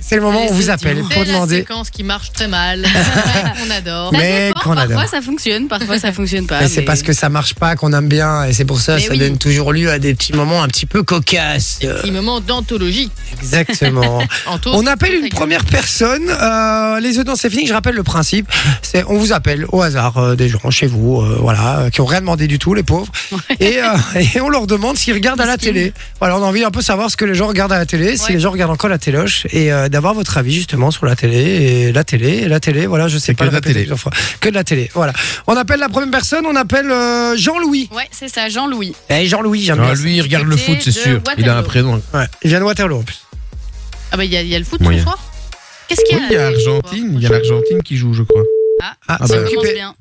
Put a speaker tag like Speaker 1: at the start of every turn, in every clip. Speaker 1: C'est le moment où on
Speaker 2: Les
Speaker 1: vous
Speaker 2: audios.
Speaker 1: appelle
Speaker 2: C'est
Speaker 1: pour
Speaker 2: la
Speaker 1: demander.
Speaker 2: séquence qui marche très mal. on adore.
Speaker 1: Mais-
Speaker 3: Ça dépend,
Speaker 1: qu'on
Speaker 3: parfois
Speaker 1: adore.
Speaker 3: ça fonctionne, parfois ça fonctionne pas.
Speaker 1: Mais c'est parce que ça marche pas qu'on aime bien et c'est pour ça
Speaker 3: Mais
Speaker 1: ça
Speaker 3: oui.
Speaker 1: donne toujours lieu à des petits moments un petit peu cocasses. Euh,
Speaker 2: Petit moment d'anthologie.
Speaker 1: Exactement.
Speaker 2: En taux-
Speaker 1: On appelle une
Speaker 2: Exactement.
Speaker 1: première personne. Euh, les audiences, c'est fini. Je rappelle le principe. C'est on vous appelle au hasard euh, des gens chez vous, euh, voilà, euh, qui ont rien demandé du tout, les pauvres. Et, euh, et on leur demande s'ils regardent à la
Speaker 3: Miskin.
Speaker 1: télé. Voilà, on a envie un peu savoir ce que les gens regardent à la télé, si
Speaker 2: Ouais.
Speaker 1: les gens regardent encore la téloche, et euh, d'avoir votre avis justement sur la télé et la télé, et la télé. Voilà, je sais pas.
Speaker 4: de
Speaker 1: le
Speaker 4: la
Speaker 1: répéter
Speaker 4: télé.
Speaker 1: plusieurs fois. Que de la télé. Voilà. On appelle la première personne. On appelle euh, Jean-Louis.
Speaker 3: Ouais, c'est ça, Jean-Louis.
Speaker 1: Eh, Jean-Louis, j'aime bien.
Speaker 4: Ah, lui, il regarde le foot, c'est
Speaker 2: C'était
Speaker 4: sûr.
Speaker 2: de
Speaker 4: Il a un
Speaker 2: Waterloo.
Speaker 4: prénom.
Speaker 1: Ouais, il vient de Waterloo en plus.
Speaker 2: Ah bah il y, a- il y a le foot
Speaker 4: Moyen.
Speaker 2: ce soir Qu'est-ce qu'il y
Speaker 4: Oui,
Speaker 2: a
Speaker 4: il y a Argentine. Il y a l'Argentine qui joue, je crois.
Speaker 1: Ah,
Speaker 4: Ah
Speaker 1: c'est
Speaker 4: bah.
Speaker 3: Commence
Speaker 1: occupé.
Speaker 3: bien.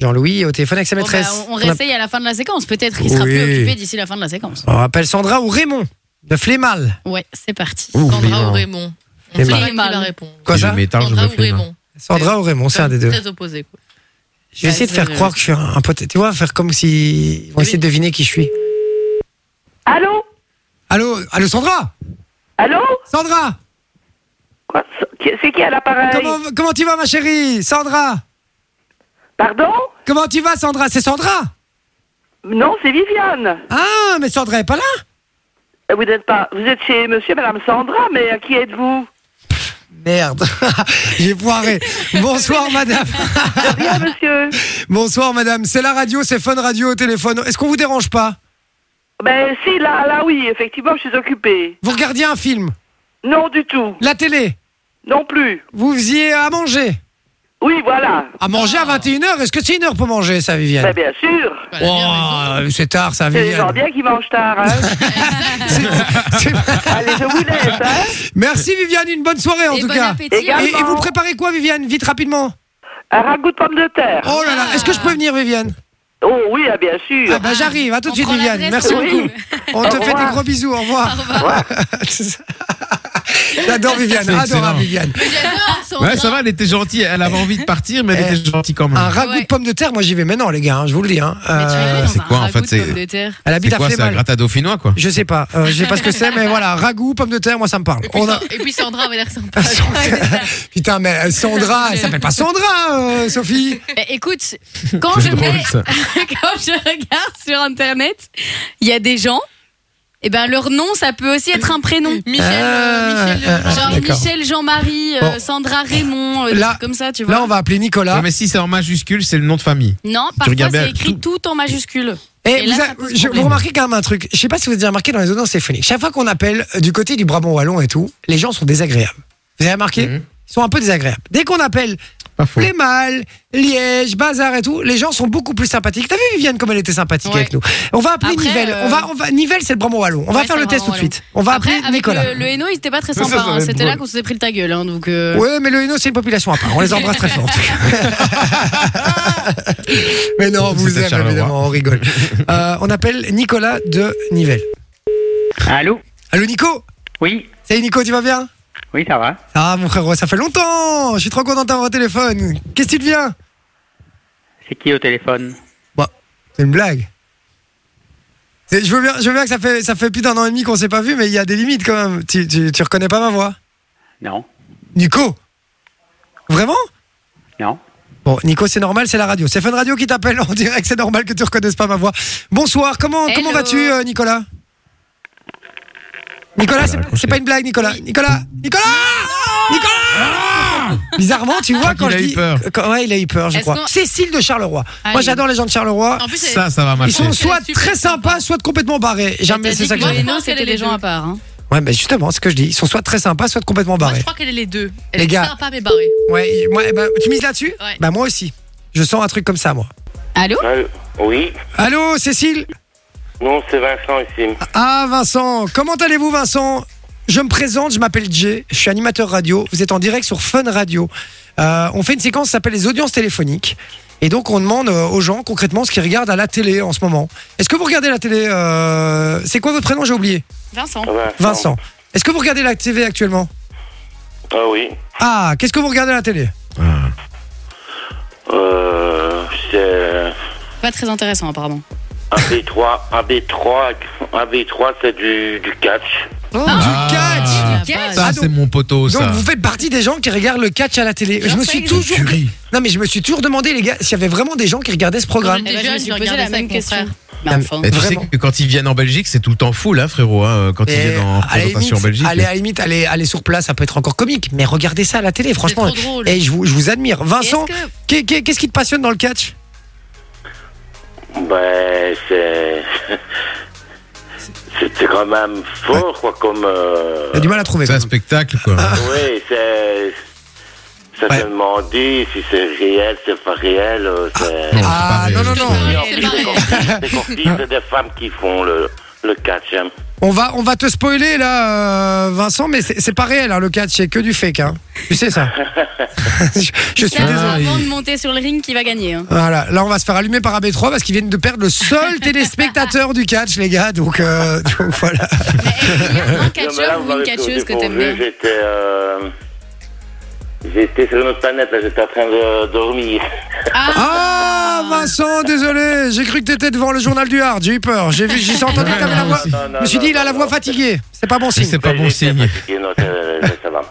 Speaker 1: Jean-Louis au téléphone avec sa
Speaker 3: Bon, bah,
Speaker 1: maîtresse.
Speaker 3: on, on
Speaker 1: On a-
Speaker 3: réessaye à la fin de la séquence, peut-être qu'il sera
Speaker 1: Oui.
Speaker 3: plus occupé d'ici la fin de la séquence.
Speaker 1: On appelle Sandra ou Raymond de Flémal.
Speaker 3: Ouais, c'est parti.
Speaker 4: Ouh,
Speaker 2: Sandra ou
Speaker 4: Raymond.
Speaker 2: Raymond On
Speaker 1: Et
Speaker 2: sait
Speaker 1: bah.
Speaker 2: pas qui
Speaker 3: Mal.
Speaker 2: va répondre.
Speaker 1: Quoi
Speaker 4: Si je
Speaker 1: ça
Speaker 4: m'éteins, je
Speaker 2: Sandra
Speaker 4: me
Speaker 2: ou
Speaker 4: flingue.
Speaker 2: Raymond
Speaker 1: Sandra ou Raymond, c'est un des deux.
Speaker 2: Très opposés. quoi.
Speaker 1: Je vais essayer de faire croire que je suis un un pote. Tu vois, faire comme si. Ils vont essayer de deviner qui je suis.
Speaker 5: Allô
Speaker 1: Allô, allô Sandra
Speaker 5: Allô
Speaker 1: Sandra
Speaker 5: Quoi C'est qui à l'appareil
Speaker 1: comment, comment tu vas, ma chérie Sandra
Speaker 5: Pardon
Speaker 1: Comment tu vas, Sandra C'est Sandra
Speaker 5: Non, c'est Viviane.
Speaker 1: Ah, mais Sandra est pas là
Speaker 5: Euh, Vous n'êtes pas. Vous êtes chez Monsieur, et Madame Sandra, mais à qui êtes-vous
Speaker 1: Merde, j'ai poiré. Bonsoir, madame.
Speaker 5: Bien, Monsieur.
Speaker 1: Bonsoir, madame. C'est la radio, c'est Fun Radio au téléphone. Est-ce qu'on vous dérange pas
Speaker 5: Ben si, là, là, oui, effectivement, je suis occupée.
Speaker 1: Vous regardiez un film,
Speaker 5: Non du tout.
Speaker 1: la télé,
Speaker 5: Non plus.
Speaker 1: vous faisiez à manger.
Speaker 5: Oui, voilà.
Speaker 1: À manger à 21h, est-ce que c'est une heure pour manger, ça, Viviane
Speaker 5: Ben, bien sûr.
Speaker 2: Bah, la meilleure raison.
Speaker 1: Oh, c'est tard, ça,
Speaker 5: C'est les gens
Speaker 1: Viviane.
Speaker 5: bien qui mangent tard. Hein.
Speaker 1: C'est-
Speaker 5: Allez, je vous laisse. Hein.
Speaker 1: Merci, Viviane. Une bonne soirée, en
Speaker 3: Et
Speaker 1: tout
Speaker 3: bon
Speaker 1: cas.
Speaker 3: appétit.
Speaker 5: Et-
Speaker 1: Et, et vous préparez quoi, Viviane Vite, rapidement.
Speaker 5: Un ragoût de pommes de terre.
Speaker 1: Oh là là, est-ce que je peux venir, Viviane
Speaker 5: Oh oui, ah, bien sûr.
Speaker 1: Ah bah j'arrive, à tout de
Speaker 3: On
Speaker 1: suite,
Speaker 3: prend
Speaker 1: Viviane.
Speaker 3: l'adresse,
Speaker 1: Merci
Speaker 3: on
Speaker 5: oui.
Speaker 1: beaucoup. On
Speaker 5: Au
Speaker 1: te fait des
Speaker 5: revoir.
Speaker 1: gros bisous, au revoir. C'est ça. J'adore Viviane,
Speaker 4: C'est
Speaker 1: adorable
Speaker 4: excellent.
Speaker 1: Viviane.
Speaker 2: J'adore Sandra.
Speaker 4: Ouais, ça va, elle était gentille. Elle avait envie de partir, mais elle
Speaker 1: Eh.
Speaker 4: était gentille quand
Speaker 1: Un
Speaker 4: même.
Speaker 1: ragoût de
Speaker 2: Ouais.
Speaker 1: pommes de terre, moi j'y vais maintenant, les gars, hein, je vous le dis. hein.
Speaker 3: Mais tu
Speaker 1: Euh,
Speaker 3: es
Speaker 4: c'est
Speaker 3: dans un
Speaker 4: quoi, en
Speaker 3: ragoût
Speaker 4: fait,
Speaker 3: de
Speaker 4: c'est-
Speaker 3: pommes de terre.
Speaker 1: elle
Speaker 4: C'est
Speaker 1: habite à
Speaker 4: quoi, c'est un
Speaker 1: Flémal.
Speaker 4: gratin dauphinois, quoi
Speaker 1: Je sais pas, euh, je sais pas ce que c'est, mais voilà, ragoût, pommes de terre, moi ça me parle.
Speaker 2: Et puis,
Speaker 1: On a-
Speaker 2: Sa- et puis Sandra avait l'air sympa.
Speaker 1: Putain, mais euh, Sandra, elle s'appelle pas Sandra, euh, Sophie.
Speaker 3: Bah, écoute, quand je,
Speaker 4: C'est drôle,
Speaker 3: mets-
Speaker 4: ça.
Speaker 3: quand je regarde sur internet, il y a des gens, et ben leur nom ça peut aussi être un prénom.
Speaker 2: Michel,
Speaker 1: Ah,
Speaker 2: euh, Michel,
Speaker 1: ah, ah,
Speaker 3: Genre
Speaker 2: Jean-
Speaker 1: d'accord.
Speaker 3: Michel, Jean-Marie, euh,
Speaker 1: Bon.
Speaker 3: Sandra, Raymond, euh, des
Speaker 1: Là-
Speaker 3: trucs comme ça, tu vois.
Speaker 1: Là, on va appeler Nicolas.
Speaker 4: Ouais, mais si c'est en majuscule, c'est le nom de famille.
Speaker 3: Non, parfois
Speaker 4: regardes bien
Speaker 3: c'est écrit tout en majuscule.
Speaker 1: Et, Eh,
Speaker 3: Et là,
Speaker 1: vous, a-
Speaker 3: ça pose
Speaker 1: je- vous
Speaker 3: problème.
Speaker 1: remarquez quand même un truc. Je sais pas si vous avez déjà remarqué dans les audiences téléphoniques. Chaque fois qu'on appelle euh, du côté du Brabant wallon et tout, les gens sont désagréables. Vous avez remarqué
Speaker 4: Mhm.
Speaker 1: Ils sont un peu désagréables. Dès qu'on appelle
Speaker 4: Pas faux.
Speaker 1: Plémal, Liège, Bazar et tout, les gens sont beaucoup plus sympathiques. T'as vu Viviane comme elle était sympathique
Speaker 2: Ouais.
Speaker 1: avec nous. On va appeler
Speaker 3: Après,
Speaker 1: Nivelle.
Speaker 3: euh,
Speaker 1: On va, on va, Nivelle, c'est le Brabant wallon. On va
Speaker 3: Ouais,
Speaker 1: faire
Speaker 3: c'est
Speaker 1: le
Speaker 3: le
Speaker 1: test tout de
Speaker 3: Brabant
Speaker 1: suite. On va
Speaker 3: Après,
Speaker 1: appeler
Speaker 3: avec
Speaker 1: Nicolas.
Speaker 3: le, le Hainaut, il était pas très
Speaker 4: Ça, ça
Speaker 3: sympa.
Speaker 4: va
Speaker 3: hein.
Speaker 4: être
Speaker 3: C'était
Speaker 4: drôle.
Speaker 3: là qu'on s'était pris le ta gueule. hein, donc, euh,
Speaker 1: Ouais, mais le Hainaut, c'est une population à part. On les embrasse très fort. en tout cas. mais non, on vous
Speaker 4: C'était
Speaker 1: aime,
Speaker 4: Charleroi.
Speaker 1: évidemment, on rigole. Euh, on appelle Nicolas de Nivelle.
Speaker 6: Allô
Speaker 1: Allô, Nico
Speaker 6: Oui,
Speaker 1: Salut Nico, tu vas bien
Speaker 6: oui, ça va.
Speaker 1: Ah, mon frérot, ça fait longtemps Je suis trop content d'avoir au téléphone. Qu'est-ce que tu deviens Bah,
Speaker 6: C'est qui au téléphone
Speaker 1: C'est une blague. C'est- Je veux, bien, je veux bien que ça fait, ça fait plus d'un an et demi qu'on s'est pas vu, mais il y a des limites quand même. Tu, tu, tu reconnais pas ma voix
Speaker 6: Non,
Speaker 1: Nico Vraiment
Speaker 6: non.
Speaker 1: Bon, Nico, c'est normal, c'est la radio. C'est Fun Radio qui t'appelle en direct, c'est normal que tu reconnaisses pas ma voix. Bonsoir, comment,
Speaker 3: Hello.
Speaker 1: comment vas-tu, euh, Nicolas Nicolas, c'est
Speaker 4: Elle a
Speaker 1: pas- c'est pas une blague, Nicolas. Nicolas Nicolas Nicolas Bizarrement, tu vois, quand
Speaker 4: crois qu'il
Speaker 1: je
Speaker 4: Ah a eu
Speaker 1: dis.
Speaker 4: peur.
Speaker 1: quand- ouais, il a eu peur, je
Speaker 3: Est-ce
Speaker 1: crois.
Speaker 3: qu'on-
Speaker 1: Cécile de Charleroi.
Speaker 3: Ah,
Speaker 1: Moi,
Speaker 3: oui.
Speaker 1: j'adore les gens de Charleroi.
Speaker 2: En plus, elle-
Speaker 4: Ça, ça va
Speaker 1: Ils
Speaker 4: marcher.
Speaker 1: sont soit
Speaker 2: super
Speaker 1: très sympas, soit complètement barrés. Jamais,
Speaker 3: t'as
Speaker 1: c'est
Speaker 3: dit
Speaker 1: ça
Speaker 3: que
Speaker 1: que
Speaker 3: le
Speaker 1: j'aime.
Speaker 2: j'aime.
Speaker 3: Hainaut, c'était
Speaker 2: Les
Speaker 3: des gens
Speaker 2: deux.
Speaker 3: à part. hein.
Speaker 1: Ouais, mais justement, ce que je dis. Ils sont soit très sympas, soit complètement
Speaker 2: Moi, je
Speaker 1: barrés.
Speaker 2: crois qu'elle est les deux. Elle
Speaker 1: Les
Speaker 2: est
Speaker 1: gars.
Speaker 2: sympa mais barrée.
Speaker 1: Ouais, moi, eh ben, tu mises là-dessus
Speaker 2: Ouais.
Speaker 1: Bah, moi aussi. Je sens un truc comme ça, moi.
Speaker 3: Allô
Speaker 7: Oui,
Speaker 1: Allô, Cécile
Speaker 7: non, c'est Vincent ici.
Speaker 1: Ah Vincent, comment allez-vous Vincent Je me présente, je m'appelle Jay, je suis animateur radio, vous êtes en direct sur Fun Radio. Euh, on fait une séquence qui s'appelle les audiences téléphoniques. Et donc on demande euh, aux gens concrètement ce qu'ils regardent à la télé en ce moment. Est-ce que vous regardez la télé euh, C'est quoi votre prénom J'ai oublié.
Speaker 3: Vincent.
Speaker 7: Vincent.
Speaker 1: Vincent. Est-ce que vous regardez la TV actuellement
Speaker 7: Ah oui.
Speaker 1: Ah, qu'est-ce que vous regardez à la télé
Speaker 4: Ah.
Speaker 7: Euh, c'est
Speaker 3: Pas très intéressant, apparemment.
Speaker 7: AB3. AB3, AB3, c'est du, du catch.
Speaker 1: Oh,
Speaker 4: Ah.
Speaker 1: du catch
Speaker 3: catch.
Speaker 4: Ça,
Speaker 1: Ah,
Speaker 4: c'est mon poteau,
Speaker 1: Donc
Speaker 4: ça.
Speaker 1: vous faites partie des gens qui regardent le catch à la télé. Je
Speaker 3: Genre,
Speaker 1: me
Speaker 3: ça
Speaker 1: suis
Speaker 3: existe.
Speaker 1: toujours
Speaker 4: Curie.
Speaker 1: non mais je me suis toujours demandé les gars s'il y avait vraiment des gens qui regardaient ce programme.
Speaker 2: Quand
Speaker 3: Eh ben, je me
Speaker 2: jeune,
Speaker 3: suis
Speaker 2: je
Speaker 3: posé
Speaker 2: regardais
Speaker 3: la
Speaker 2: ça
Speaker 3: même
Speaker 2: avec mon
Speaker 3: question. Bah,
Speaker 2: frère.
Speaker 3: Ah, Mais enfin.
Speaker 4: Et Eh, tu sais
Speaker 1: Vraiment.
Speaker 4: que quand ils viennent en Belgique, c'est tout le temps full, hein, frérot, hein, quand ils
Speaker 1: Et
Speaker 4: viennent en
Speaker 1: à la
Speaker 4: présentation en
Speaker 1: limite-
Speaker 4: Belgique.
Speaker 1: allez, à la limite, allez, allez sur place, ça peut être encore comique. Mais regardez ça à la télé,
Speaker 2: C'est
Speaker 1: franchement.
Speaker 2: trop drôle.
Speaker 1: Et je vous, je vous admire.
Speaker 2: Et est-ce
Speaker 1: Vincent,
Speaker 2: que-
Speaker 1: qu'est- qu'est- qu'est-ce qui te passionne dans le catch
Speaker 7: Ben, c'est. C'est c'est quand même fort, quoi, comme. euh,
Speaker 1: Il a du mal à trouver.
Speaker 4: C'est un
Speaker 1: quand même.
Speaker 4: spectacle, quoi.
Speaker 7: Ah, Oui, c'est. Ça
Speaker 1: Ouais.
Speaker 7: te demandé si c'est réel, c'est pas réel. euh, C'est.
Speaker 4: Non, c'est
Speaker 1: Ah,
Speaker 4: pas
Speaker 1: non,
Speaker 4: réel.
Speaker 1: non, non.
Speaker 2: Ouais,
Speaker 7: C'est
Speaker 2: c'est
Speaker 7: compliqué,
Speaker 2: pareil.
Speaker 7: c'est compliqué, c'est des femmes qui font le, le catch. hein.
Speaker 1: On va, on va te spoiler là, euh, Vincent, mais c'est c'est pas réel, hein, le catch, c'est que du fake. hein. Tu sais ça. je, je suis
Speaker 3: C'est
Speaker 1: désolé.
Speaker 4: Ah,
Speaker 3: avant
Speaker 4: il-
Speaker 3: de monter sur le ring qui va gagner. hein.
Speaker 1: Voilà, là on va se faire allumer par AB3 parce qu'ils viennent de perdre le seul téléspectateur du catch, les gars. Donc, euh, donc voilà.
Speaker 3: Mais, eh, il y a un
Speaker 7: Non, mais
Speaker 3: catcheur ou une
Speaker 7: là, vous m'avez tout
Speaker 3: catcheuse que
Speaker 7: dépourvu,
Speaker 3: t'aimes bien.
Speaker 7: J'étais. euh, J'étais sur une autre planète, là, j'étais en train de dormir.
Speaker 1: Ah, Vincent, désolé, j'ai cru que t'étais devant le journal du Hard, j'ai eu peur. J'ai vu, j'ai entendu que t'avais la voix.
Speaker 7: Non, non,
Speaker 1: Je me suis
Speaker 7: non,
Speaker 1: dit, il a la
Speaker 7: non,
Speaker 1: voix
Speaker 7: non.
Speaker 1: fatiguée. C'est pas bon
Speaker 4: Mais
Speaker 1: signe.
Speaker 4: C'est pas bon
Speaker 7: J'étais
Speaker 4: signe.
Speaker 7: fatigué, euh, non, ça- ça va.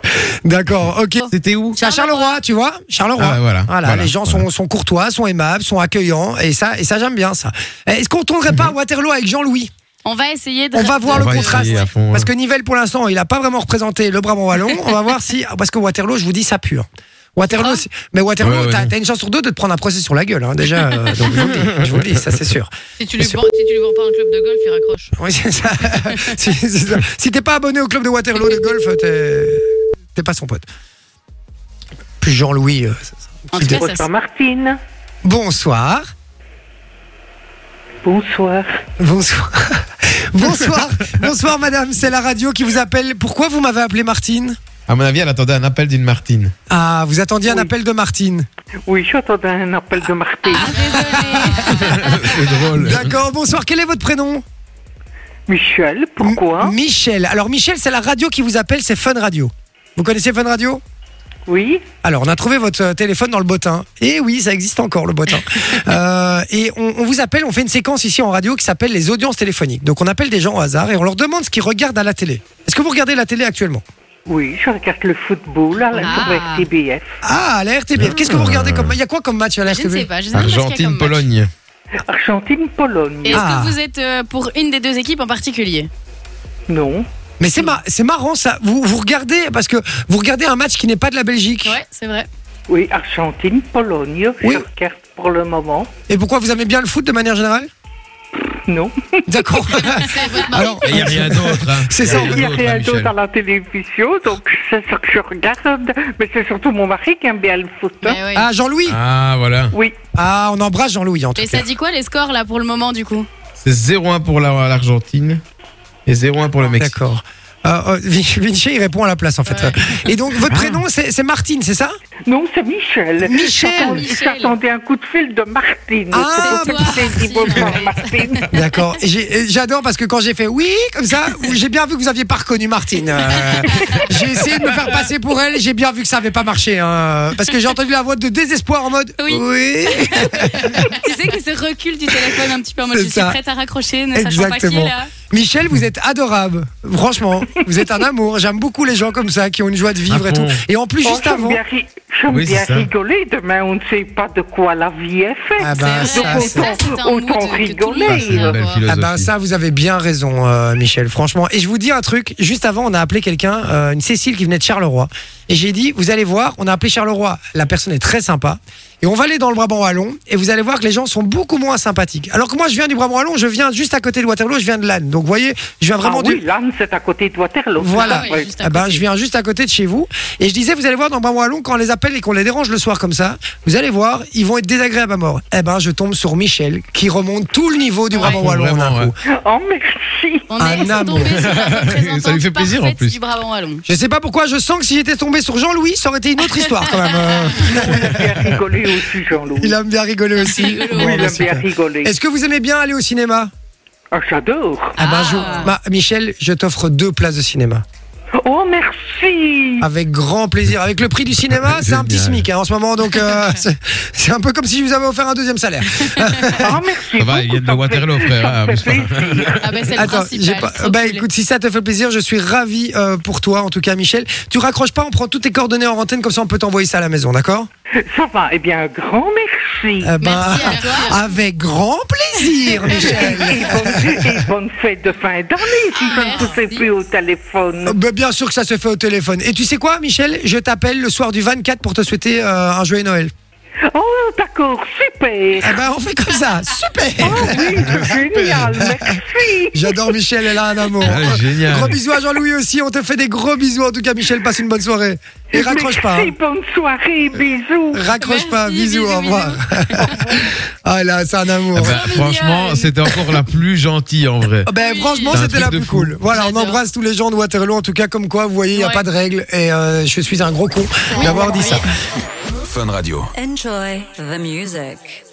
Speaker 1: D'accord, ok.
Speaker 4: C'était où
Speaker 1: C'est à Charleroi, tu vois Charleroi.
Speaker 4: Ah, voilà.
Speaker 1: Voilà,
Speaker 4: Voilà,
Speaker 1: les gens
Speaker 4: voilà.
Speaker 1: Sont, sont courtois, sont aimables, sont accueillants, et ça, et ça j'aime bien ça. Eh, Est-ce qu'on tournerait pas à Waterloo avec Jean-Louis
Speaker 3: On va essayer de.
Speaker 1: On va voir
Speaker 4: On
Speaker 1: le
Speaker 4: va
Speaker 1: contraste.
Speaker 4: essayer à fond, hein. ouais.
Speaker 1: Parce que Nivelle, pour l'instant, il a pas vraiment représenté le Brabant Wallon. On va voir si. Parce que Waterloo, je vous dis, ça pue. hein.
Speaker 4: Ah.
Speaker 1: Waterloo, c'est- mais Waterloo,
Speaker 4: Ouais, ouais,
Speaker 1: t'as
Speaker 4: non.
Speaker 1: t'as une chance sur deux de te prendre un procès sur la gueule, hein, déjà. euh, donc, je vous le dis, je vous le dis, ça c'est sûr.
Speaker 2: Si tu lui
Speaker 1: C'est sûr.
Speaker 2: vends si tu lui vends pas un club de golf, il raccroche.
Speaker 1: Oui, c'est ça. Si- c'est ça. Si t'es pas abonné au club de Waterloo de golf, t'es t'es pas son pote. Plus Jean-Louis. euh, ça- ça-
Speaker 3: En tout cas, ça
Speaker 5: Bonsoir Martine.
Speaker 1: Bonsoir.
Speaker 5: Bonsoir.
Speaker 1: Bonsoir. Bonsoir. Bonsoir, madame. C'est la radio qui vous appelle. Pourquoi vous m'avez appelé Martine
Speaker 4: À mon avis, elle attendait un appel d'une Martine.
Speaker 1: Ah, vous attendiez un
Speaker 5: Oui.
Speaker 1: appel de Martine.
Speaker 5: Oui, j'attendais un appel de Martine.
Speaker 4: C'est
Speaker 3: Oh
Speaker 4: drôle.
Speaker 1: D'accord. Bonsoir. Quel est votre prénom
Speaker 5: Michel, pourquoi
Speaker 1: M- Michel. Alors, Michel, c'est la radio qui vous appelle. C'est Fun Radio. Vous connaissez Fun Radio
Speaker 5: Oui.
Speaker 1: Alors, on a trouvé votre euh, téléphone dans le bottin. Et oui, ça existe encore, le bottin. Euh, et on, on vous appelle, on fait une séquence ici en radio qui s'appelle les audiences téléphoniques. Donc, on appelle des gens au hasard et on leur demande ce qu'ils regardent à la télé. Est-ce que vous regardez la télé actuellement
Speaker 5: Oui, je regarde le football à la
Speaker 2: Ah.
Speaker 5: sur RTBF.
Speaker 1: Ah, à la RTBF. Qu'est-ce que vous regardez comme. Il y a quoi comme match à la
Speaker 3: Je ne sais
Speaker 1: RTBF
Speaker 3: pas. Je ne sais pas ce qu'il y a comme
Speaker 4: Argentine,
Speaker 3: match.
Speaker 4: Pologne.
Speaker 5: Argentine-Pologne.
Speaker 3: Et Est-ce
Speaker 1: Ah.
Speaker 3: que vous êtes euh, pour une des deux équipes en particulier
Speaker 5: Non.
Speaker 1: Mais c'est mar- c'est marrant ça. Vous, vous regardez, parce que vous regardez un match qui n'est pas de la Belgique.
Speaker 3: Ouais, c'est vrai.
Speaker 5: Oui, Argentine-Pologne.
Speaker 1: Oui.
Speaker 5: Je regarde pour le moment.
Speaker 1: Et pourquoi vous aimez bien le foot de manière générale
Speaker 5: Non.
Speaker 1: D'accord.
Speaker 2: C'est votre mari.
Speaker 1: Alors,
Speaker 4: Il n'y a rien d'autre. hein.
Speaker 1: C'est
Speaker 4: Y a
Speaker 1: ça,
Speaker 4: rien
Speaker 5: Il n'y a
Speaker 4: d'autre, hein,
Speaker 5: rien
Speaker 4: Michel.
Speaker 5: d'autre à la télévision, donc c'est ce que je regarde. Mais c'est surtout mon mari qui aime bien le foot. hein.
Speaker 2: Mais oui.
Speaker 1: ah, Jean-Louis
Speaker 4: Ah, voilà.
Speaker 5: Oui,
Speaker 1: Ah, on embrasse Jean-Louis en tout
Speaker 3: Et ça
Speaker 1: cas.
Speaker 3: dit quoi les scores là pour le moment du coup
Speaker 4: C'est 0-1 pour la- l'Argentine et 0-1 pour le Mexique.
Speaker 1: D'accord. Euh, euh, Vin- Vinci, il répond à la place en fait. Et donc, votre prénom, c'est c'est Martine, c'est ça
Speaker 5: non, c'est Michel.
Speaker 1: Michel.
Speaker 5: J'attendais-
Speaker 3: Michel.
Speaker 5: J'attendais un coup de fil de Martine.
Speaker 1: Ah,
Speaker 5: c'est pour ça que j'ai dit
Speaker 3: toi,
Speaker 5: bonsoir,
Speaker 3: Martine.
Speaker 5: Martine.
Speaker 1: D'accord. Et j'ai- et J'adore parce que quand j'ai fait oui, comme ça, j'ai bien vu que vous aviez pas reconnu Martine. Euh, j'ai essayé de me faire passer pour elle, j'ai bien vu que ça avait pas marché. hein. parce que j'ai entendu la voix de désespoir en mode
Speaker 3: Oui.
Speaker 1: oui.
Speaker 3: Tu sais que ce recul du téléphone un petit peu en mode
Speaker 1: C'est
Speaker 3: je suis
Speaker 1: ça.
Speaker 3: prête à raccrocher, ne sachant pas qui
Speaker 1: Exactement.
Speaker 3: est là.
Speaker 1: Michel, vous êtes adorable. Franchement, vous êtes un amour. J'aime beaucoup les gens comme ça qui ont une joie de vivre
Speaker 4: Ah
Speaker 1: et
Speaker 4: bon
Speaker 1: tout. Et en plus,
Speaker 5: Oh,
Speaker 1: juste
Speaker 5: J'aime
Speaker 1: avant.
Speaker 5: bien, ri- j'aime
Speaker 4: Oui, c'est
Speaker 5: bien
Speaker 4: ça.
Speaker 5: rigoler. Demain, on ne sait pas de quoi la vie est faite.
Speaker 1: Ah bah,
Speaker 3: C'est
Speaker 1: ça,
Speaker 3: vrai,
Speaker 1: c'est-
Speaker 5: autant-
Speaker 3: ça, c'est un
Speaker 5: autant
Speaker 3: mood que tout le monde
Speaker 5: rigoler.
Speaker 4: Ah,
Speaker 3: peut
Speaker 4: c'est une
Speaker 3: avoir.
Speaker 4: belle philosophie.
Speaker 1: Ah ben ça, vous avez bien raison, euh, Michel, franchement. Et je vous dis un truc, juste avant, on a appelé quelqu'un, euh, une Cécile qui venait de Charleroi. Et j'ai dit, vous allez voir, on a appelé Charleroi. La personne est très sympa. Et on va aller dans le Brabant Wallon, et vous allez voir que les gens sont beaucoup moins sympathiques. Alors que moi, je viens du Brabant Wallon, je viens juste à côté de Waterloo, je viens de Lannes. Donc vous voyez, je viens vraiment
Speaker 5: ah,
Speaker 1: du...
Speaker 5: oui, l'âne, c'est à côté de Waterloo.
Speaker 1: Voilà.
Speaker 5: Oui.
Speaker 3: juste à
Speaker 1: Ah ben,
Speaker 3: côté.
Speaker 1: je viens juste à côté de chez vous. Et je disais, vous allez voir dans Brabant Wallon, quand on les appelle et qu'on les dérange le soir comme ça, vous allez voir, ils vont être désagréables à mort. Eh ben, je tombe sur Michel, qui remonte tout le niveau du
Speaker 3: Ouais.
Speaker 1: Brabant Wallon
Speaker 4: Ah, Vraiment,
Speaker 1: d'un
Speaker 4: ouais.
Speaker 1: coup.
Speaker 5: Oh, merci.
Speaker 3: On
Speaker 1: Un
Speaker 3: est
Speaker 1: amour.
Speaker 3: tombé sur la représentante
Speaker 4: Ça lui fait plaisir, en
Speaker 3: parfaite
Speaker 4: plus.
Speaker 3: du Brabant Wallon.
Speaker 1: Je sais pas pourquoi, je sens que si j'étais tombé sur Jean-Louis, ça aurait été une autre histoire quand même. Euh,
Speaker 5: Il aime bien rigoler aussi, Jean-Louis.
Speaker 1: il aime bien rigoler aussi.
Speaker 5: Oui,
Speaker 1: Bon,
Speaker 5: il
Speaker 1: bah,
Speaker 5: aime bien
Speaker 1: super.
Speaker 5: rigoler.
Speaker 1: Est-ce que vous aimez bien aller au cinéma
Speaker 5: Ah, j'adore.
Speaker 1: Ah, ben,
Speaker 3: Ah.
Speaker 1: je- bah, Michel, je t'offre deux places de cinéma.
Speaker 5: Oh, merci.
Speaker 1: Avec grand plaisir. Avec le prix du cinéma, c'est un petit
Speaker 4: Génial.
Speaker 1: SMIC hein, en ce moment, donc euh, c'est- c'est un peu comme si je vous avais offert un deuxième salaire. ben,
Speaker 5: Oh, merci.
Speaker 4: Ça va, il
Speaker 5: beaucoup,
Speaker 4: vient de
Speaker 5: ça
Speaker 4: la
Speaker 5: me
Speaker 4: Waterloo,
Speaker 5: fait-
Speaker 4: frère.
Speaker 5: ça
Speaker 4: hein,
Speaker 5: me
Speaker 4: abuse
Speaker 5: fait
Speaker 4: pas.
Speaker 5: plaisir.
Speaker 3: Ah bah c'est le
Speaker 1: Attends,
Speaker 3: principal.
Speaker 1: j'ai pas.
Speaker 4: euh,
Speaker 3: trop
Speaker 1: Bah
Speaker 3: cool.
Speaker 1: écoute, si ça te fait plaisir, je suis ravi euh, pour toi, en tout cas, Michel. Tu raccroches pas, on prend toutes tes coordonnées en antenne, comme ça on peut t'envoyer ça à la maison, d'accord
Speaker 5: Ça va. Eh bien, un grand merci.
Speaker 1: Euh, ben,
Speaker 3: Merci à toi.
Speaker 1: Avec grand plaisir, Michel.
Speaker 5: Et bonne, et bonne fête de fin d'année si
Speaker 3: Ah,
Speaker 5: ça ne se fait
Speaker 3: merci.
Speaker 5: plus au téléphone.
Speaker 1: Euh, bah, bien sûr que ça se fait au téléphone. Et tu sais quoi, Michel Je t'appelle le soir du 24 pour te souhaiter euh, un joyeux Noël.
Speaker 5: Oh, d'accord, super.
Speaker 1: Eh ben, on fait comme ça. Super
Speaker 5: Oh oui, c'est génial, merci.
Speaker 1: J'adore Michel, elle a un amour.
Speaker 4: Ah,
Speaker 1: Gros
Speaker 4: génial.
Speaker 1: bisous à Jean-Louis aussi, on te fait des gros bisous. En tout cas, Michel, passe une bonne soirée. Et raccroche pas.
Speaker 5: Merci,
Speaker 1: hein.
Speaker 5: bonne soirée, bisous.
Speaker 1: Raccroche pas,
Speaker 3: Merci,
Speaker 1: bisous,
Speaker 3: bisous,
Speaker 1: au revoir. ah là, c'est un amour.
Speaker 4: Eh ben,
Speaker 3: Trop
Speaker 4: franchement,
Speaker 3: mignonne.
Speaker 4: c'était encore la plus gentille en vrai.
Speaker 1: Ah Ben,
Speaker 3: Oui.
Speaker 1: franchement,
Speaker 4: C'est un
Speaker 1: c'était la
Speaker 4: truc de
Speaker 1: plus
Speaker 4: fou.
Speaker 1: cool. Voilà, on
Speaker 3: J'adore.
Speaker 1: embrasse tous les gens de Waterloo. En tout cas, comme quoi, vous voyez, il n'y a
Speaker 3: Ouais.
Speaker 1: pas de règles. Et euh, je suis un gros con d'avoir dit ça.
Speaker 8: Fun Radio.
Speaker 9: Enjoy the music.